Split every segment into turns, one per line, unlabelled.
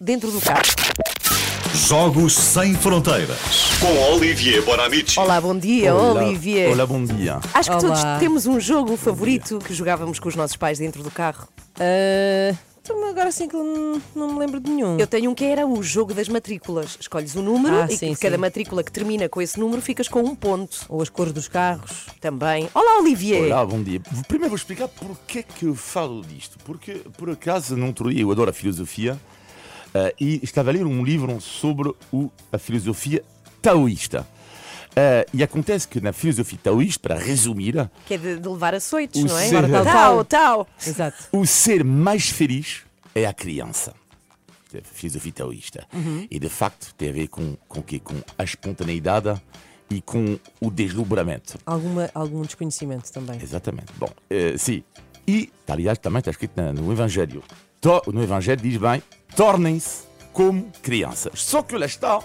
dentro do carro.
Jogos Sem Fronteiras. Com Olivier Bonamici.
Olá, bom dia, Olivier.
Olá, bom dia.
Acho que
Olá.
todos temos um jogo favorito que jogávamos com os nossos pais dentro do carro.
Ah, então agora sim que não, não me lembro de nenhum.
Eu tenho um que era o jogo das matrículas. Escolhes o número
Ah,
e
sim,
que cada
sim.
matrícula que termina com esse número ficas com um ponto
Ou as cores dos carros.
também. Olá, Olivier.
Olá, bom dia. Primeiro vou explicar porque é que eu falo disto. Porque, por acaso, no outro dia, eu adoro a filosofia, eh, e estava a ler um livro sobre o, a filosofia taoísta. Eh, e acontece que na filosofia taoísta, para resumir,
Que é de, de levar açoites,
O
não é?
ser-
Tal, tal, tal.
Exato.
o ser mais feliz é a criança. É a Filosofia taoísta. E de facto tem a ver com, com, o quê? com a espontaneidade e com o desdobramento.
Alguma, algum desconhecimento também.
Exatamente. Bom, eh, sim. E, aliás, também está escrito na- no Evangelho. To- no Evangelho diz bem: tornem-se como crianças. Só que lá está,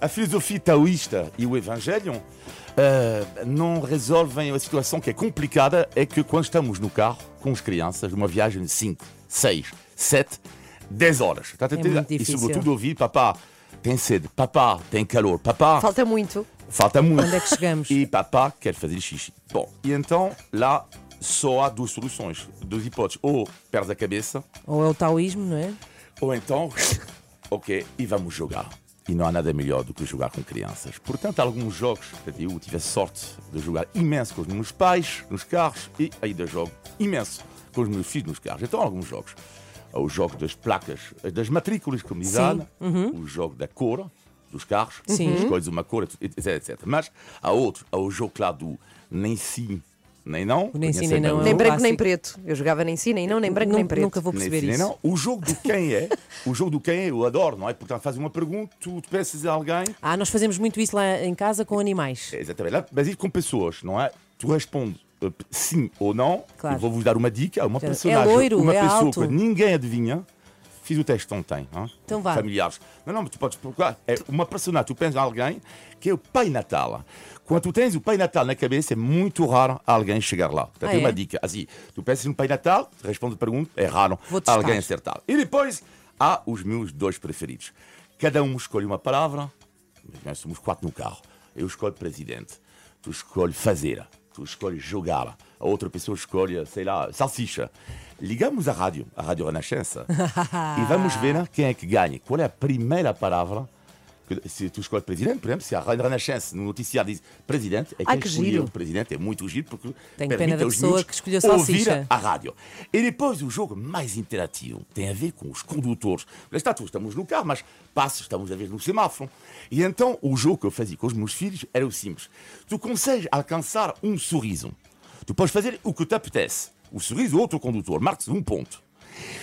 a filosofia taoísta e o Evangelho eh, não resolvem a situação que é complicada. É que quando estamos no carro com as crianças, numa viagem de 5, 6, 7, 10 horas, está a
É muito
entender? e
difícil.
sobretudo ouvir: papá, tem sede, papá, tem calor, papá,
Falta muito.
falta muito.
Onde é que chegamos?
E papá quer fazer xixi. Bom, e então lá só há duas soluções, duas hipóteses. Ou perdes a cabeça,
Ou é o taoísmo, não é?
ou então, ok, e vamos jogar. E não há nada melhor do que jogar com crianças. Portanto, há alguns jogos, portanto, eu tive a sorte de jogar imenso com os meus pais nos carros e ainda jogo imenso com os meus filhos nos carros. Então, há alguns jogos. Há o jogo das placas, eh, das matrículas, como diz a
Sim, uhum.
Ana, o jogo da cor dos carros,
Sim. Uhum.
escolhes uma cor, etc, etc. Mas há outro, há o jogo lá do nem sim, nem não. ah,
O nem sim,
Conhecem
nem
bem o
não é um
Nem
jogo?
branco, nem
clássico.
preto. Eu jogava nem sim, nem não, nem branco, nem
Nun-
preto.
Nunca vou
Nem
perceber
sim,
isso.
nem não. O jogo do quem é, o jogo do quem é, eu adoro, não é? Portanto, faz uma pergunta, tu, tu peças a alguém.
Ah, nós fazemos muito isso lá em casa com animais.
É, Exatamente. Lá, mas isso com pessoas, não é? Tu respondes eh, sim ou não.
Claro.
Eu vou vos dar uma dica, uma
É
personagem,
loiro,
uma
é
pessoa
alto.
que ninguém adivinha. Fiz o teste ontem, hein?
Então vá.
familiares. Não, não, mas tu podes procurar. É uma personagem, tu pensas em alguém que é o Pai Natal. Quando tu tens o Pai Natal na cabeça, é muito raro alguém chegar lá. Portanto,
Ah,
é uma
é?
dica. Assim, tu pensas no Pai Natal, responde a pergunta, é raro
Vou testar.
alguém acertar. E depois há os meus dois preferidos. Cada um escolhe uma palavra, mas nós somos quatro no carro. Eu escolho presidente, tu escolhes fazer, tu escolhes jogar, a outra pessoa escolhe, sei lá, salsicha. Ligamos a rádio, a Rádio Renascença, e vamos ver quem é que ganha. Qual é a primeira palavra? que- Se tu escolhes presidente, por exemplo, se a Rádio Renascença no noticiário diz presidente, é
Ah,
quem
que
escolheu
giro.
o presidente, é muito giro, porque
Tenho
permite
pena da
aos
pessoa
miúdos
que escolheu
ouvir
salsicha.
a rádio. E depois o jogo mais interativo tem a ver com os condutores. Lá está, tu estamos no carro, mas passa, estamos a ver no semáforo. E então o jogo que eu fazia com os meus filhos era o simples. Tu consegues alcançar um sorriso. Tu podes fazer o que te apetece. O sorriso ou outro condutor, marques um ponto.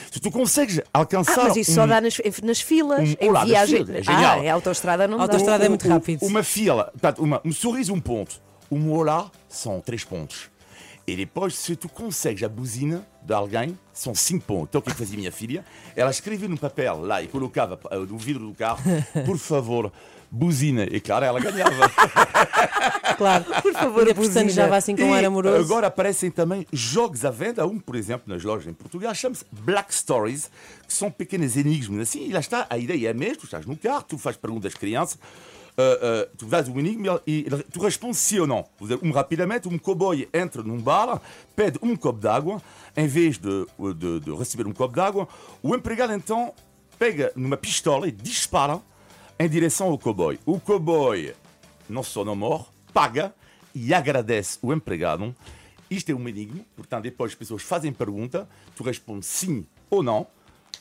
Se tu consegues
Ah,
alcançar
mas isso
um
só dá nas, nas filas,
um-
em
Olá, das
viagem.
filas, é
ah,
genial.
é autoestrada, não dá.
Autoestrada é muito
um-
rápido.
Uma fila, portanto, uma, um sorriso, um ponto. Um olá são três pontos. E depois, se tu consegues a buzina de alguém, são cinco pontos. Então, o que fazia minha filha? Ela escrevia num papel lá e colocava eh, no vidro do carro, por favor, buzina. E claro, ela ganhava.
Claro. Por favor, Ainda
buzina.
já assim com um ar
E
amoroso.
Agora aparecem também jogos à venda, um, por exemplo, nas lojas em Portugal, chama-se Black Stories, que são pequenos enigmas. Assim, e lá está, a ideia é a mesma, tu estás no carro, tu fazes perguntas às crianças, ah, ah, tu dás um enigma e ele- tu respondes sim ou não. Por exemplo, Um rapidamente, um cowboy entra num bar, pede um copo d'água, em vez de, de- de receber um copo d'água, o empregado então pega numa pistola e dispara em direção ao cowboy. O cowboy não se torna morto, paga e agradece o empregado. Isto é um enigma, portanto, depois as pessoas fazem pergunta, tu respondes sim ou não,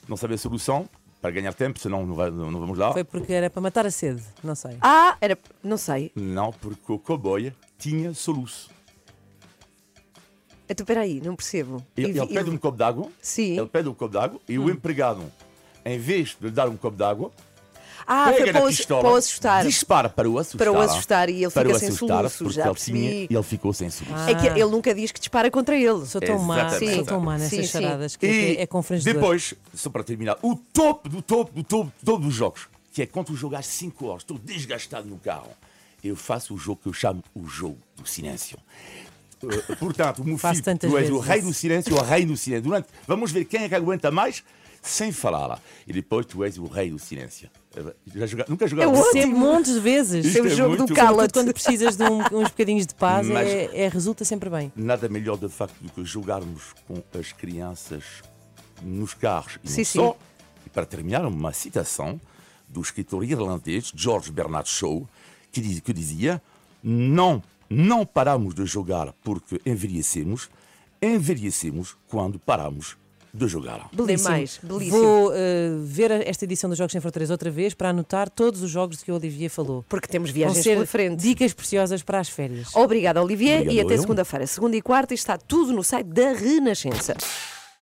não sabes a solução, para ganhar tempo, senão não, vai- não vamos lá.
Foi porque era para matar a sede, não sei.
Ah, era. Não sei.
Não, porque o cowboy tinha soluço.
Então, peraí, não percebo.
Ele,
E-
ele
e-
pede um copo d'água,
Sim. Hum.
ele pede um copo d'água e o empregado, em vez de lhe dar um copo d'água,
Ah,
pega
foi
na
para o,
pistola,
para o assustar.
dispara para o assustar.
Para o assustar e ele
para
fica
o
sem
assustar,
soluço,
porque
já
ele tinha-
percebi.
ele ficou sem soluço.
É que ele nunca diz que dispara contra ele.
Sou tão má,
Exatamente.
sou tão má
Sim,
nessas
sim.
charadas que
E
é, é confrangedor.
depois, só para terminar, o topo do topo do topo do topo dos jogos, que é quando tu jogas 5 horas, estou desgastado no carro, eu faço o jogo que eu chamo o jogo do silêncio. Eh, Portanto, o meu
Faço
filho,
tantas
tu és o
vezes
rei
isso.
do silêncio, o rei do silêncio. Durante, vamos ver quem é que aguenta mais. sem falar. E depois tu és o rei do silêncio. Eh, Já joga- Nunca
É
jogaste
o
Sempre montes de vezes.
Isto
Sempre
Seu
é
jogo
muito-
do
Sobretudo
cala
quando precisas de um- uns bocadinhos de paz,
Mas-
é, é- resulta sempre bem.
nada melhor de facto do que jogarmos com as crianças nos carros. E
Sim, sim.
não só. E para terminar, uma citação do escritor irlandês George Bernard Shaw, que, diz, que dizia: Não, não paramos de jogar porque envelhecemos, envelhecemos quando paramos de jogar.
Belíssimo. mais, belíssimo.
Vou eh, ver a- esta edição dos Jogos Sem Fronteiras outra vez para anotar todos os jogos de que o Olivier falou.
Porque temos
Vão
viagens
ser
pela frente.
dicas preciosas para as férias.
Obrigada, Olivier,
Obrigado,
e até
eu.
segunda-feira. Segunda e quarta está tudo no site da Renascença.